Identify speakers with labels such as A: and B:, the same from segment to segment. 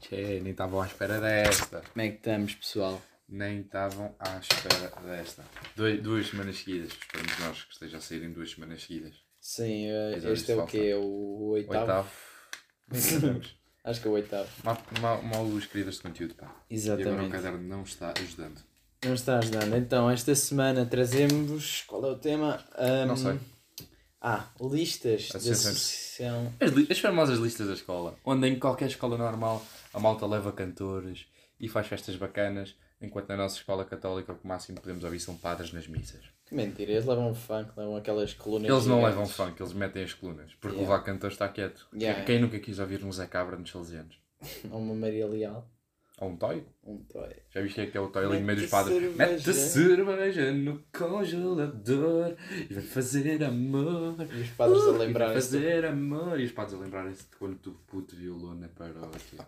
A: Tchê, nem estavam à espera desta.
B: Como é que estamos, pessoal?
A: Nem estavam à espera desta. Doi- duas semanas seguidas. Esperamos nós que esteja a sair em duas semanas seguidas.
B: Sim, eh,
A: Episódio
B: este é o
A: falta.
B: quê? O oitavo?
A: Oitavo. Nem sabemos.
B: Acho que é o oitavo.
A: Mal- mal- Mal luz queridas de conteúdo, pá. E agora o
B: Exatamente.
A: caderno não está ajudando.
B: Não está ajudando. Então, esta semana trazemos. Qual é o tema? Ahm,
A: Não sei.
B: Ah, listas de
A: Associações.
B: associação.
A: As, li- as famosas listas da escola, onde em qualquer escola normal a malta leva cantores e faz festas bacanas, enquanto na nossa escola católica o que máximo podemos ouvir são padres nas missas.
B: Que mentira, eles levam funk, levam aquelas colunas.
A: Eles não
B: gigantes.
A: levam funk, eles metem as colunas, porque
B: Yeah.
A: levar cantor está quieto.
B: Yeah.
A: Quem nunca quis ouvir um Zé Cabra nos Salesianos?
B: Ou uma Maria Leal.
A: Ou um Toy?
B: Um toy.
A: Já viste que é que é o Toy ali no
B: Mete
A: meio dos padres?
B: cerveja.
A: Mete cerveja no congelador e vai fazer amor.
B: E os padres
A: Uh,
B: a
A: e vai
B: lembrar-se.
A: fazer amor. E os padres a lembrarem-se de quando tu puto violou na paróquia.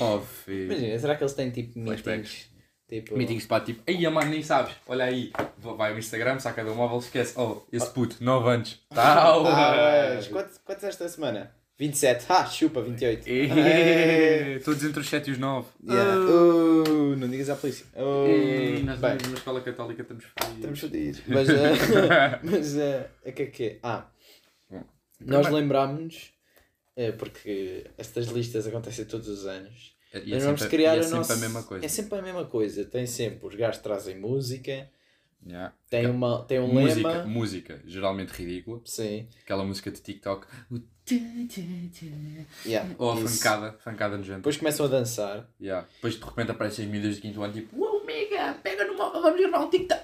A: oh, filho.
B: Imagina, será que eles têm tipo
A: Flashbacks.
B: meetings? Tipo,
A: Meetings pá, tipo, aí a mano nem sabes, olha aí, Vou- vai ao Instagram, saca do móvel, esquece, oh, esse puto, 9 anos, tal,
B: Ah, quantos, quantos esta semana? 27. Ah, chupa, 28.
A: É. todos entre os 7 e os 9.
B: Yeah. Uh, não digas à polícia. Uh,
A: Oh. É, nós
B: bem,
A: na escola católica estamos
B: estamos fodidos. Mas, eh, mas eh, é que é que é? Ah,
A: Bom,
B: nós
A: primeiro-
B: lembrámos-nos, eh, porque estas listas acontecem todos os anos.
A: E é
B: Nós vamos
A: sempre,
B: criar
A: e é
B: o
A: sempre
B: nosso-
A: a mesma coisa.
B: É sempre a mesma coisa. Tem sempre, os gajos trazem música,
A: Yeah.
B: tem, uma, tem um
A: música,
B: lema.
A: música, geralmente ridícula,
B: Sim.
A: aquela música de TikTok, o tu, tu, tu.
B: Yeah,
A: ou a
B: isso.
A: fancada, fancada nojenta.
B: Depois começam a dançar.
A: Yeah. Depois de repente aparecem as miúdas de 5 ano, tipo, uau, amiga, pega no móvel, vamos gravar um TikTok.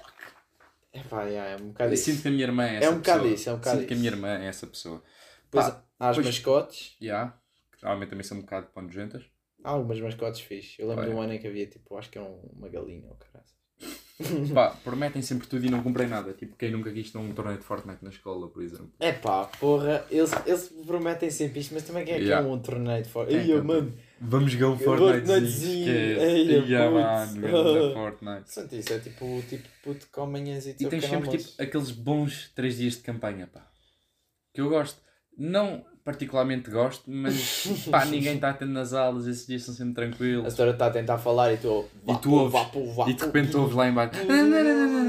B: Epá, yeah, é um bocado
A: Eu
B: isso.
A: sinto que a minha irmã é essa
B: É um bocado
A: pessoa.
B: isso, é um bocado
A: Sinto que a
B: isso.
A: minha irmã é essa pessoa.
B: Depois
A: Pá,
B: há as
A: depois-
B: mascotes.
A: yeah, que normalmente também são um bocado pão nojentas.
B: Há algumas mascotes fixe. Eu lembro
A: Olha.
B: de um ano em que havia tipo, acho que é um- uma galinha ou caralho.
A: Pá, prometem sempre tudo e não cumprem nada. Tipo, quem nunca quis ter um torneio de Fortnite na escola, por exemplo.
B: É pá, porra, eles, eles prometem sempre isto, mas também quem é que
A: Yeah.
B: é um torneio de fora?
A: Quem é que
B: Ei,
A: é um
B: mano,
A: Vamos jogar um
B: Fortnitezinho, ei,
A: Esquece. Yeah,
B: putz.
A: mano, grande Fortnite.
B: santo isso, é tipo o tipo puto com manhãs e
A: E
B: tudo.
A: tens sempre tipo, aqueles bons 3 dias de campanha, pá. Que eu gosto. Não particularmente gosto, mas pá, ninguém está atento nas aulas, esses dias são sempre
B: A
A: tranquilos.
B: senhora está a tentar falar e tu, vá,
A: E tu
B: pô,
A: ouves.
B: vá, pô, vá,
A: E de
B: pô.
A: repente ouves lá embaixo.
B: Uhum.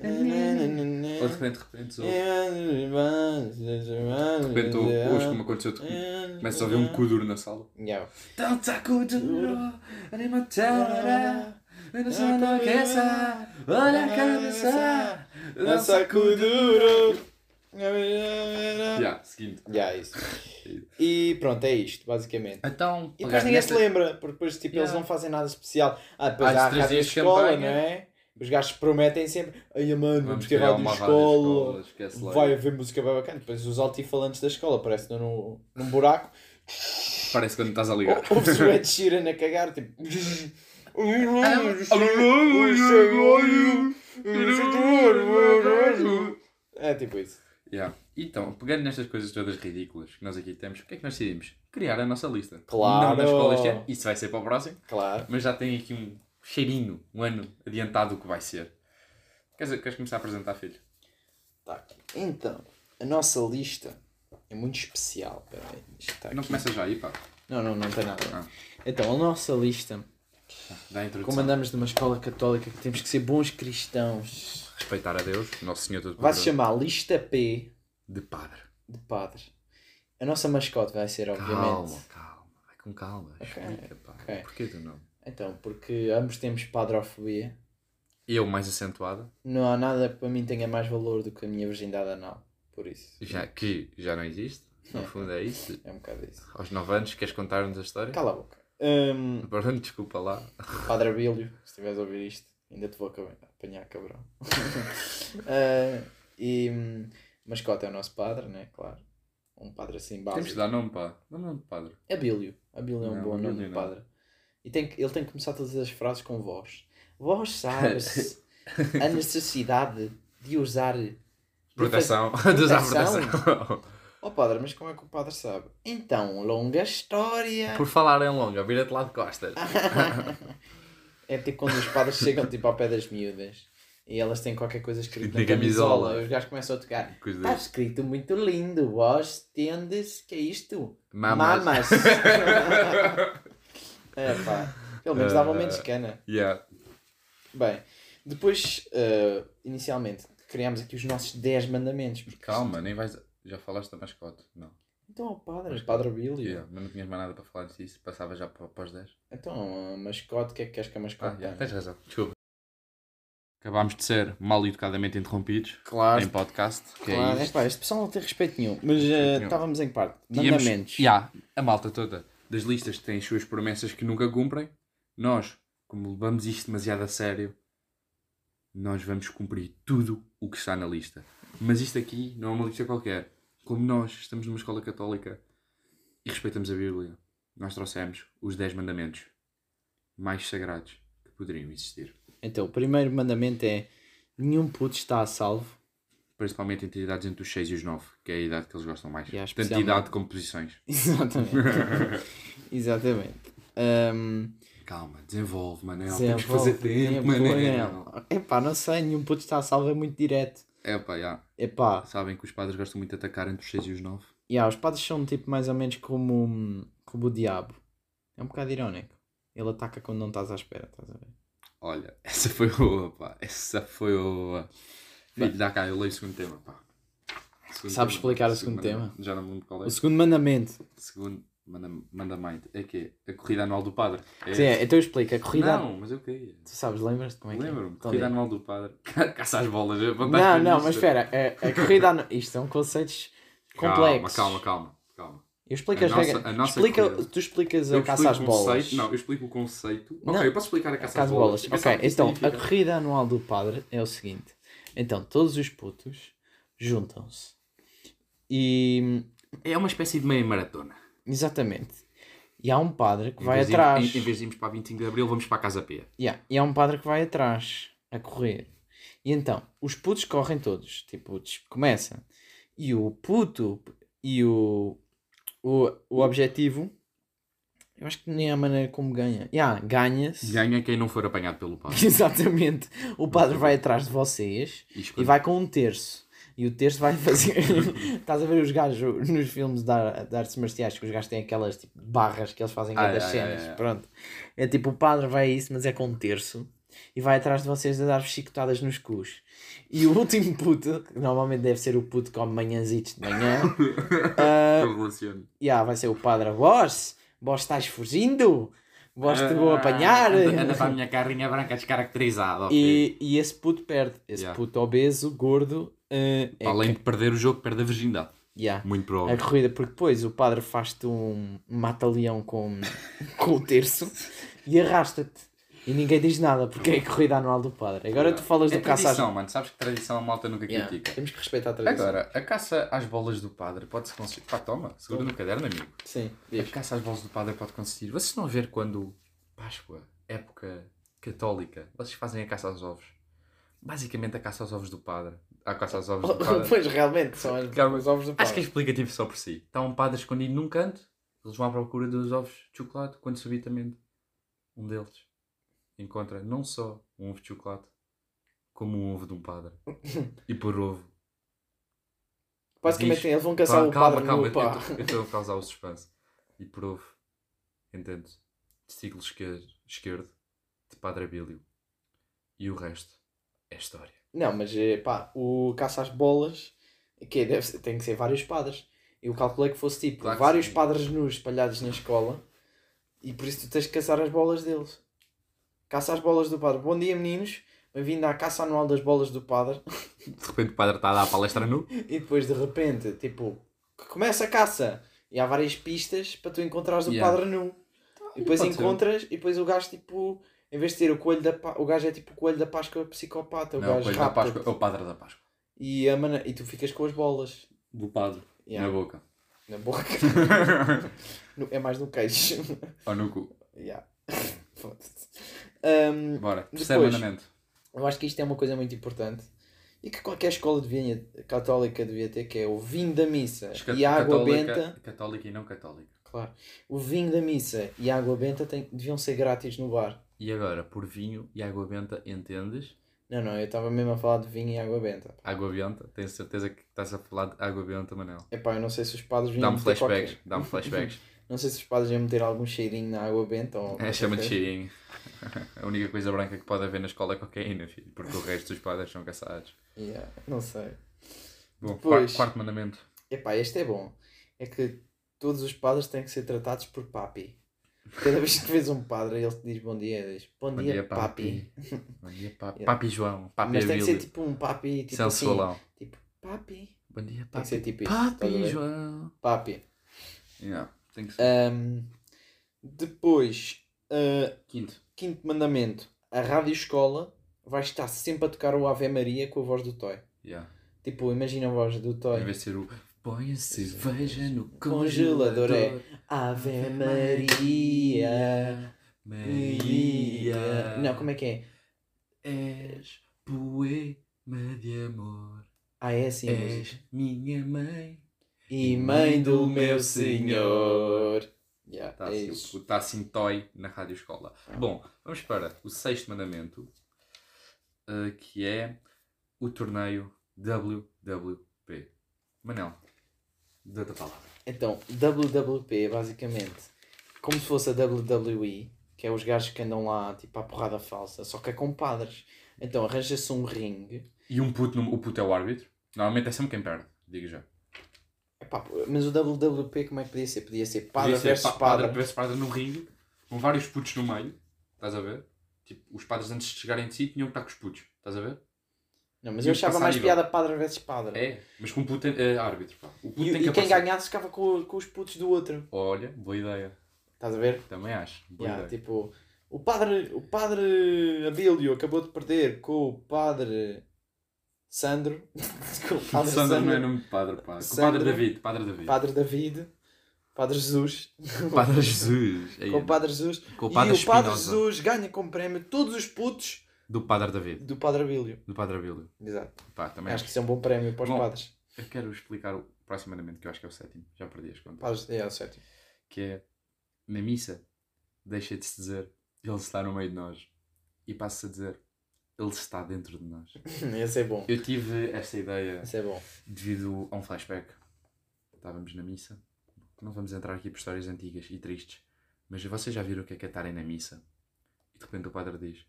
A: Ou de repente, de repente, ouves.
B: De
A: De repente, ou-
B: É.
A: ouves como aconteceu, tu começas a ouvir um kuduro na sala.
B: Yeah.
A: Tanta kuduro, animatará, menos a noqueza, olha a cabeça,
B: Dança
A: dança
B: com o duro.
A: Já, seguinte.
B: Yeah, isso. E pronto, é isto, basicamente.
A: Então,
B: E depois ninguém se lembra, porque depois tipo,
A: Yeah.
B: eles não fazem nada especial. Ah,
A: Ah,
B: depois há a
A: esses três
B: rádio
A: dias de
B: escola,
A: campanha.
B: não é? Os gajos prometem sempre, ai mano, vamos ter
A: criar
B: rádio
A: uma
B: escola,
A: esquece lá.
B: vai haver música bem bacana. Depois os altifalantes da escola aparecem num, num buraco,
A: Parece quando estás a ligar.
B: ou- ouve-se o Ed Sheeran a cagar, tipo... É tipo isso.
A: Yeah. Então, pegando nestas coisas todas ridículas que nós aqui temos, o que é que nós decidimos? Criar a nossa lista.
B: Claro.
A: Não na escola este ano, isso vai ser para o próximo,
B: Claro.
A: mas já tem aqui um cheirinho, um ano adiantado do que vai ser. Queres, queres começar a apresentar, filho?
B: Tá aqui. Então, a nossa lista é muito especial. Peraí, isto tá
A: Não
B: aqui.
A: começa já aí, pá.
B: Não, não, não tem nada.
A: Ah.
B: Então, a nossa lista,
A: Dá a introdução.
B: como andamos numa escola católica que temos que ser bons cristãos,
A: Respeitar a Deus, Nosso Senhor todo
B: vai se chamar Lista P
A: de Padre.
B: de Padre. A nossa mascote vai ser, obviamente.
A: Calma, calma. Vai com calma. Explica, pá.
B: ok.
A: Porquê do nome?
B: Então, porque ambos temos padrofobia.
A: Eu, mais acentuada,
B: Não há nada que para mim tenha mais valor do que a minha virgindade anal. Por isso.
A: já, que já não existe. No
B: É.
A: fundo é isso.
B: É um bocado isso.
A: Aos 9 anos, queres contar-nos a história?
B: Cala a boca. Hum,
A: Perdão, desculpa lá.
B: Padre Abílio, se estiveres a ouvir isto, ainda te vou acab- apanhar, cabrão. Ah, e hum, mascote é o nosso padre, né? Claro. Um padre assim
A: Temos de
B: básico.
A: dar nome, pá. Dá nome de padre.
B: Abílio. Abílio é um
A: Não,
B: bom nome
A: Abílio
B: de
A: não.
B: padre. E tem que- ele tem que começar todas as frases com vós. Vós sabes a necessidade de usar
A: Proteção. Dos à proteção.
B: Proteção? Ó padre, mas como é que o padre sabe? Então, longa história.
A: Por falar em longa, vira-te lá de costas.
B: Ah. é tipo quando os padres chegam tipo ao pé das miúdas e elas têm qualquer coisa escrita
A: Na
B: na
A: camisola.
B: camisola. Os gajos começam a tocar.
A: Coisa
B: Está
A: das
B: escrito muito lindo. Vós tendes. Que é isto?
A: mamas.
B: é pá. Pelo menos dava
A: Ah.
B: uma mexicana.
A: yeah.
B: Bem, depois, eh, inicialmente, criámos aqui os nossos 10 mandamentos. porque-
A: Calma, nem vais. Já falaste da mascote? Não.
B: Então, ó padre, padre Bílio.
A: Yeah. Mas não tinhas mais nada para falar disso. Passava já para, para os 10.
B: Então, a mascote, o que é que queres que a
A: Ah,
B: mascote
A: yeah.
B: tenha?
A: tens razão. Desculpa. Acabámos de ser mal educadamente interrompidos
B: Claro,
A: em podcast. Que
B: claro.
A: é
B: É,
A: isto.
B: pá, este pessoal não tem respeito nenhum. Mas eh,
A: nenhum.
B: estávamos em parte.
A: Tínhamos-
B: Mandamentos.
A: Ya, a malta toda das listas que têm as suas promessas que nunca cumprem, nós, como levamos isto demasiado a sério, nós vamos cumprir tudo o que está na lista. Mas isto aqui não é uma lista qualquer. Como nós estamos numa escola católica e respeitamos a Bíblia, nós trouxemos os 10 mandamentos mais sagrados que poderiam existir.
B: Então, o primeiro mandamento é: nenhum puto está a salvo.
A: Principalmente entre idades entre os 6 e os 9, que é a idade que eles gostam mais.
B: Ya,
A: Tanto
B: especialmente-
A: idade como posições.
B: Exatamente. Exatamente. Ahm,
A: Calma, desenvolve, Manel.
B: Zé,
A: Temos que fazer
B: volta,
A: tempo, né?" É,
B: tempo,
A: Manel.
B: Manel. Epá, não sei, nenhum puto está a salvo é muito direto.
A: É pá, já.
B: Epá,
A: Sabem que os padres gostam muito de atacar entre os 6 e os 9.
B: Yeah, os padres são tipo mais ou menos como, como o diabo. É um bocado irónico. Ele ataca quando não estás à espera, estás a ver?
A: Olha, essa foi boa, pá. Essa foi boa. Filho, dá cá, eu leio o segundo tema, pá. Segundo
B: Sabes explicar o segundo
A: mandamento. Já não me lembro qual é.
B: O segundo mandamento.
A: Segundo manda, manda mind. É que é a corrida anual do padre. É
B: Sim, então explica. A corrida.
A: Não, mas eu caí.
B: Tu sabes, lembras-te como é que é?
A: Lembro-me.
B: Então
A: Corrida
B: diz.
A: anual do padre. Caça as bolas. é
B: Não,
A: fantástico
B: não,
A: isto.
B: mas espera. A, a corrida. anu- Isto são conceitos complexos.
A: Calma, calma, calma. calma.
B: Eu explico
A: A
B: as
A: nossa-
B: regras.
A: a nossa
B: Explica-
A: corrida.
B: tu explicas
A: Eu
B: a um caça às
A: explico o
B: bolas.
A: conceito- Não, eu explico o conceito.
B: Não.
A: Ok, eu posso explicar a caça,
B: Caça às bolas.
A: Eu pensava
B: Ok,
A: que isso é
B: então a
A: significa-
B: corrida anual do padre é o seguinte: então todos os putos juntam-se e.
A: É uma espécie de meia maratona.
B: Exatamente. E há um padre que
A: Em
B: vai
A: vez de ir-
B: atrás.
A: em, em vez de irmos para a 25 de Abril, vamos para a Casa Pia.
B: Yeah, E há um padre que vai atrás a correr. E então, os putos correm todos. Tipo, des- começa. E o puto e o, o, o objetivo. Eu acho que nem é a maneira como ganha. Yeah, ganha-se.
A: Ganha quem não for apanhado pelo padre.
B: Exatamente. O padre vai atrás de vocês
A: E
B: e
A: escolhe-
B: vai com um terço. E o terço vai fazer. Estás a ver os gajos nos filmes de, ar- de artes marciais que os gajos têm aquelas tipo, barras que eles fazem
A: Ah,
B: com as
A: é, é,
B: cenas.
A: é, é.
B: Pronto. É tipo o padre vai a isso, mas é com um terço. E vai atrás de vocês a dar-vos chicotadas nos cus. E o último puto, que normalmente deve ser o puto que come manhãzitos de manhã,
A: Eu relaciono.
B: e ah, vai ser o padre a vós. Vós estás fugindo. Vós te vou
A: Ah,
B: apanhar.
A: Anda anda para a minha carrinha branca descaracterizada. ok.
B: E, e esse puto perde. Esse
A: Yeah.
B: puto obeso, gordo. eh, é
A: Além
B: que-
A: de perder o jogo, perde a virgindade.
B: yeah.
A: Muito
B: A
A: provável.
B: corrida, porque depois o padre faz-te um mata-leão com, com o terço e arrasta-te. E ninguém diz nada porque é a corrida anual do padre. Agora tu falas
A: é
B: do caça às...
A: tradição, mano. Sabes que tradição a malta nunca
B: Yeah,
A: critica.
B: Temos que respeitar a tradição.
A: Agora, a caça às bolas do padre pode-se conseguir. Pá, toma, segura no caderno, amigo.
B: Sim,
A: A caça É, às bolas do padre pode consistir. Vocês estão a ver quando Páscoa, época católica, vocês fazem a caça aos ovos. Basicamente a caça aos ovos do padre. A caça aos ovos do padre.
B: pois realmente são as,
A: Calma.
B: os ovos do padre.
A: Acho que é explicativo só por si. Está um padre escondido num canto, eles vão à procura dos ovos de chocolate, quando subitamente um deles encontra não só um ovo de chocolate, como um ovo de um padre. E por ovo.
B: Basicamente
A: diz-
B: eles vão caçar
A: um Pá,
B: o padre
A: calma,
B: no
A: calma,
B: pá.
A: eu estou a causar o suspense. E por ovo, entendo, testículo esquerdo, esquerdo de padre Abílio. E o resto é história.
B: Não, mas eh, pá, o caça às bolas que é, deve ser- tem que ser vários padres. Eu calculei que fosse tipo
A: Claro que
B: vários
A: sim.
B: padres nus espalhados na escola e por isso tu tens que caçar as bolas deles. Caça as bolas do padre. Bom dia, meninos. Bem-vindo à caça anual das bolas do padre.
A: De repente o padre está a dar a palestra nu.
B: E depois de repente, tipo, começa a caça e há várias pistas para tu encontrares o
A: Yeah. Então,
B: padre nu. E depois
A: pode ser.
B: encontras e depois o gajo, tipo, em vez de ter o coelho da Pá- o gajo é tipo o coelho da Páscoa psicopata. O
A: Não,
B: gajo
A: depois da
B: rapta
A: Páscoa, é o padre da Páscoa.
B: e, a mana- e tu ficas com as bolas.
A: Do padre.
B: Yeah.
A: Na boca.
B: Na boca. No- é mais no queixo.
A: Ou no cu.
B: yeah. Foda-se. Um,
A: Bora,
B: Depois-
A: terceiro mandamento.
B: eu acho que isto é uma coisa muito importante e que qualquer escola devia católica devia ter, que é o vinho da missa
A: Mas ca-
B: e a água
A: católica-
B: benta.
A: Católica e não católica.
B: Claro. O vinho da missa e a água benta tem- deviam ser grátis no bar.
A: E agora, por vinho e água benta, entendes?
B: Não, não, eu estava mesmo a falar de vinho e água benta.
A: Água benta, tenho certeza que estás a falar de água benta, Manel.
B: Epá, eu não sei se os padres vinham
A: Dá-me
B: meter
A: flashbacks,
B: qualquer-
A: dá-me flashbacks.
B: Não sei se os padres iam meter algum cheirinho na água benta ou...
A: É, chama-te cheirinho. A única coisa branca que pode haver na escola é cocaína, filho, porque o resto dos padres são caçados.
B: Yeah, não sei.
A: Bom,
B: Depois-
A: qua- quarto mandamento.
B: Epá, este é bom. É que todos os padres têm que ser tratados por papi. Cada vez que vês um padre, ele te diz bom dia, diz bom, dia, papi.
A: Bom dia, papi.
B: Yeah.
A: Papi João, papi
B: Mas tem que ser
A: Abílio,
B: tipo um papi, tipo assim,
A: sensualão.
B: tipo papi.
A: Bom dia,
B: Tem que
A: papi.
B: ser tipo isso. estás a
A: Papi
B: ver? Ah.
A: João.
B: Papi.
A: Yeah, tem que ser.
B: Ahm, depois, ah,
A: Quinto.
B: quinto mandamento, a rádio escola vai estar sempre a tocar o Ave Maria com a voz do Toy.
A: Yeah.
B: Tipo, imagina a voz do Toy.
A: Em vez de ser o põe a cerveja no
B: Congelador,
A: congelador.
B: é. Ave Maria, Maria. Não, como é que é?
A: És poema de amor.
B: Ah, é assim. mas-
A: És minha mãe.
B: E mãe do meu Senhor. Yeah,
A: Está
B: é
A: assim,
B: isso.
A: o- tá assim toy na rádio escola. Bom, vamos para o sexto mandamento, eh, que é o torneio WWP. Manel, dá-te a palavra.
B: Então, WWP, basicamente, como se fosse a WWE, que é os gajos que andam lá, tipo, à porrada falsa, só que é com padres. Então, arranja-se um ringue.
A: E um puto, no- o puto é o árbitro. Normalmente é sempre quem perde, digo já.
B: Epá, pô, mas o WWP como é que podia ser? Podia ser padre
A: Podia ser
B: versus
A: pa-
B: padre.
A: Padre versus padre no ringue, com vários putos no meio. Estás a ver? Tipo, os padres antes de chegarem de si tinham que estar com os putos. Estás a ver?
B: Não, mas
A: E
B: eu
A: o
B: achava mais
A: passarível.
B: piada padre versus padre.
A: É, mas com um puto é, é árbitro. pá. O puto
B: E,
A: tem
B: e
A: que
B: quem
A: aparecer.
B: ganhasse ficava com, com os putos do outro.
A: Olha, boa ideia.
B: Estás a ver?
A: Também acho. Boa
B: Yeah,
A: ideia.
B: tipo, o padre, o padre Abílio acabou de perder com o padre Sandro. com o padre
A: Sandro
B: Sandro.
A: não é nome de padre, pá. Com o
B: Sandro.
A: Padre David, Padre David.
B: é Padre David, Padre Jesus,
A: Padre Jesus. É
B: com
A: ele.
B: o Padre Jesus.
A: Com o Padre
B: e o Padre
A: Espinosa.
B: Jesus ganha como prémio todos os putos
A: Do Padre David.
B: do Padre Abílio.
A: Do Padre Abílio.
B: Exato.
A: Pá, também
B: Acho
A: acho.
B: que isso é um bom prémio para os
A: Bom.
B: padres.
A: Eu quero explicar o aproximadamente, que eu acho que é o sétimo. Já perdi as contas.
B: Padres, é, é o sétimo.
A: Que é, na missa, deixa de se dizer, ele está no meio de nós. E passa a dizer, ele está dentro de nós.
B: Esse é bom.
A: Eu tive esta ideia
B: Esse é bom.
A: devido a um flashback. Estávamos na missa. Não vamos entrar aqui por histórias antigas e tristes, mas vocês já viram o que é que é estarem na missa? E de repente o padre diz: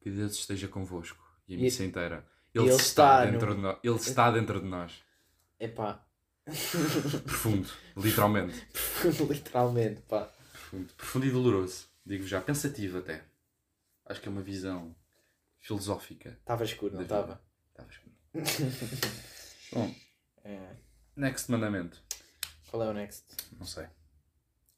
A: Que Deus esteja convosco e a
B: E-
A: missa inteira.
B: e
A: Ele,
B: ele
A: está,
B: está no-
A: dentro de nós. Ele está dentro de nós.
B: Epá,
A: Profundo, literalmente.
B: literalmente, pá.
A: Profundo, profundo e doloroso. Digo já, pensativo até. Acho que é uma visão filosófica.
B: Estava escuro, não
A: da vida. Estava
B: estava?
A: escuro. Bom,
B: É.
A: next mandamento.
B: Qual é o next?
A: Não sei.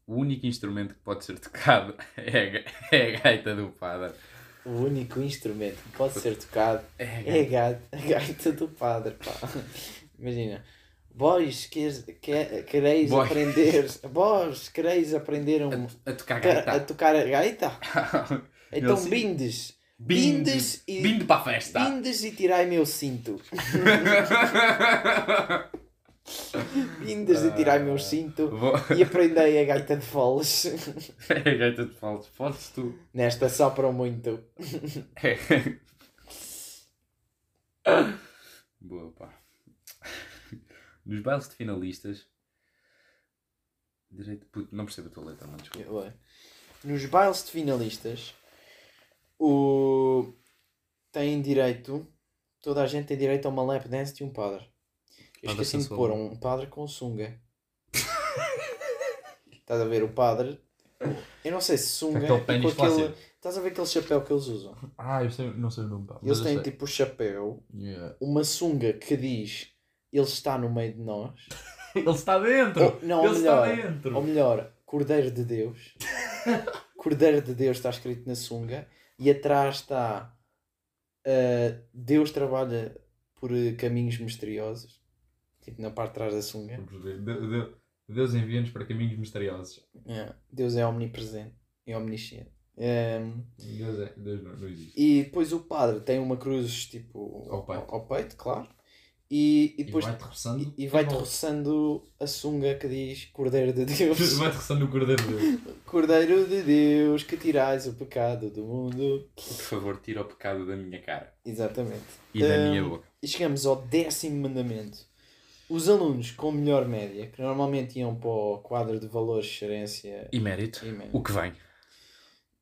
A: O único instrumento que pode ser tocado é a, ga- é a gaita do padre.
B: O único instrumento que pode ser tocado
A: É a
B: é a
A: gaita.
B: gaita, a gaita do padre, pá. Imagina. Vós queres, que, quereis
A: Boy.
B: aprender. Vós quereis aprender um,
A: A tocar
B: a
A: gaita.
B: tocar a gaita? Então
A: sei.
B: bindes.
A: Binde.
B: Bindes e-
A: Binde para a festa.
B: Bindes e tirai meu cinto. Bindes e tirai meu cinto.
A: Vou-
B: E aprendei a gaita de foles.
A: É a gaita de falso. Fodes tu.
B: Nesta sopram muito.
A: É. Boa, pá. Nos bailes de finalistas. Direito. Puto, não percebo a tua letra, mas desculpa.
B: Nos bailes de finalistas, o... tem direito, toda a gente tem direito a uma lap dance de um padre. Eu
A: Padre
B: esqueci de
A: sensual.
B: pôr um padre com sunga. Estás a ver o padre? Eu não sei se sunga
A: Aquele
B: é com
A: pênis
B: aquele...
A: flácido.
B: Estás a ver aquele chapéu que eles usam?
A: Ah, eu sei, não sei o nome, pá.
B: Eles têm tipo o chapéu, uma sunga que diz ele está no meio de nós.
A: Ele está dentro!
B: Ou- não, ou
A: ele está
B: melhor,
A: dentro!
B: Ou melhor, Cordeiro de Deus. Cordeiro de Deus está escrito na sunga e atrás está ah, Deus trabalha por eh, caminhos misteriosos. Tipo na parte de trás da sunga.
A: Deus, Deus envia-nos para caminhos misteriosos.
B: É, Deus é omnipresente e omnisciente. Ehm, Ahm,
A: Deus, é- Deus não, não existe.
B: e depois o padre tem uma cruz tipo
A: Ao peito.
B: claro. E, e
C: E
B: depois
C: vai-te roçando.
B: e, e vai-te
C: Bom,
B: roçando a sunga que diz Cordeiro de Deus.
C: Vai-te roçando o cordeiro de Deus.
B: Cordeiro de Deus, que tirais o pecado do mundo.
A: Por favor, tira o pecado da minha cara
B: Exatamente.
A: e da
B: Hum,
A: minha boca.
B: E chegamos ao décimo mandamento. Os alunos com melhor média, que normalmente iam para o quadro de valores, gerência
A: E mérito.
B: e média,
A: O que vem?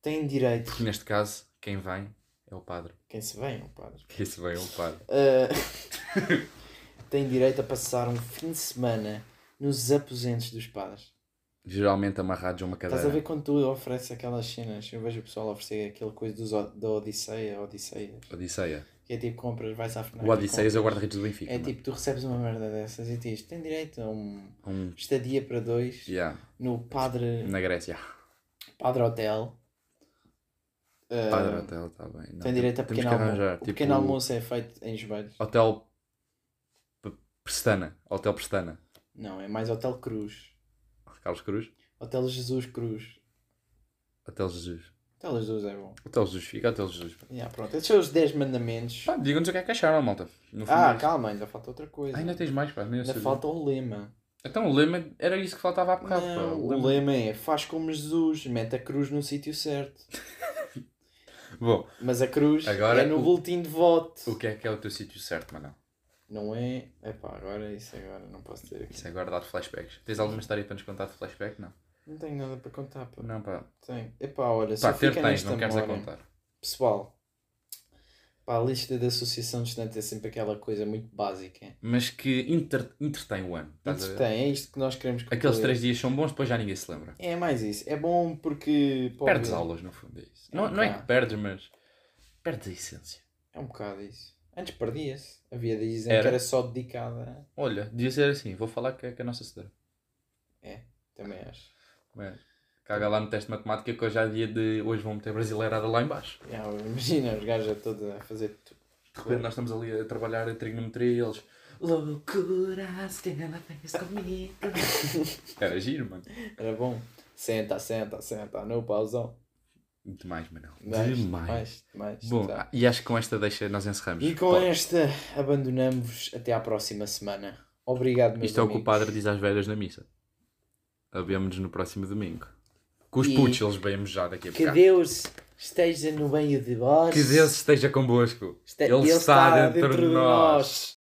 B: têm direito.
A: Porque neste caso, quem vem é o padre.
B: Quem se vem, ó padre.
A: Quem se vem é o padre.
B: Ah, têm direito a passar um fim de semana nos aposentos dos padres.
A: Geralmente amarrados a uma cadeira.
B: Estás a ver quando tu ofereces aquelas cenas? Eu vejo o pessoal oferecer aquela coisa dos, O- da Odisseia, Odisseias.
A: Odisseia.
B: Que é tipo compras, vais à FNAC.
A: O
B: e
A: Odisseias é o
B: compras.
A: guarda-redes do Benfica.
B: É
A: mano.
B: tipo, tu recebes uma merda dessas e dizes, tem direito a um
A: Um...
B: estadia para dois
A: Yeah,
B: no Padre
A: na Grécia.
B: Padre Hotel. Ah,
A: Padre Hotel, está bem. Não,
B: tem direito a
A: temos
B: pequeno
A: que
B: almoço.
A: arranjar,
B: O
A: tipo,
B: pequeno almoço é feito em joelhos.
A: Hotel P- Prestana. Hotel Prestana.
B: Não, é mais Hotel Cruz.
A: Carlos Cruz.
B: Hotel Jesus Cruz.
A: Hotel Jesus.
B: Hotel Jesus é bom.
A: Hotel Jesus. Fica Hotel Jesus.
B: Yeah, pronto, esses são os 10 mandamentos.
A: Pá, digam-nos o que é que acharam, malta. No fundo é
B: Ah,
A: isto.
B: calma, ainda falta outra coisa.
A: Ah, ainda tens mais, pá. Nem eu
B: Ainda
A: sabia.
B: falta o lema.
A: Então o lema era isso que faltava há Um bocado, pá.
B: Não, o lema é faz como Jesus, mete a cruz no sítio certo.
A: Bom,
B: Mas a cruz
A: Agora
B: é no
A: o-
B: boletim de voto.
A: o que é que é o teu sítio certo, mano?
B: Não é? Epá, agora isso agora não posso dizer aqui.
A: Isso é guardar de flashbacks. Tens alguma história para nos contar de flashback? Não.
B: Não tenho nada para contar, pá.
A: Não, pá.
B: Tenho. Epá, olha,
A: Pá,
B: só
A: ter
B: fica
A: tens,
B: nesta
A: não queres a
B: memória.
A: contar.
B: Pessoal, pá, a lista da Associação de Estudantes é sempre aquela coisa muito básica.
A: Mas que inter- entretém o ano. Estás a ver?
B: Entretém, é isto que nós queremos concluir.
A: Aqueles três dias são bons, depois já ninguém se lembra.
B: É mais isso. É bom porque... pá,
A: Perdes
B: é-
A: aulas, no fundo, é isso.
B: É
A: Não,
B: um
A: não é
B: bocado.
A: que perdes, mas perdes a essência.
B: É um bocado isso. Antes perdia-se. Havia dias em
A: Era.
B: que era só dedicada.
A: Olha, devia ser assim, vou falar que é que é a nossa senhora.
B: Também acho.
A: Mas, é? Caga lá no teste de matemática que hoje há dia de. Hoje vão meter brasileirada lá em baixo.
B: Já, imagina os gajos a todos a fazer tudo.
A: De repente nós estamos ali a trabalhar a trigonometria e eles. Loucuras que ela fez comigo. Era giro, mano.
B: Era bom. Senta, senta, senta. No pausão.
A: Demais, Manel.
B: Mais,
A: Demais.
B: mais, mais.
A: Bom,
B: Tá.
A: e acho que com esta deixa nós encerramos.
B: E com
A: Pá,
B: esta, abandonamos-vos até à próxima semana. Obrigado, meus
A: Isto é o que o
B: amigos.
A: padre diz às velhas na missa. Abemos-nos no próximo domingo. Com os
B: E-
A: putos, eles vemos já daqui a
B: Que
A: bocado.
B: Deus esteja no meio de vós.
A: Que Deus esteja convosco.
B: Este-
A: Ele, está, dentro, de nós.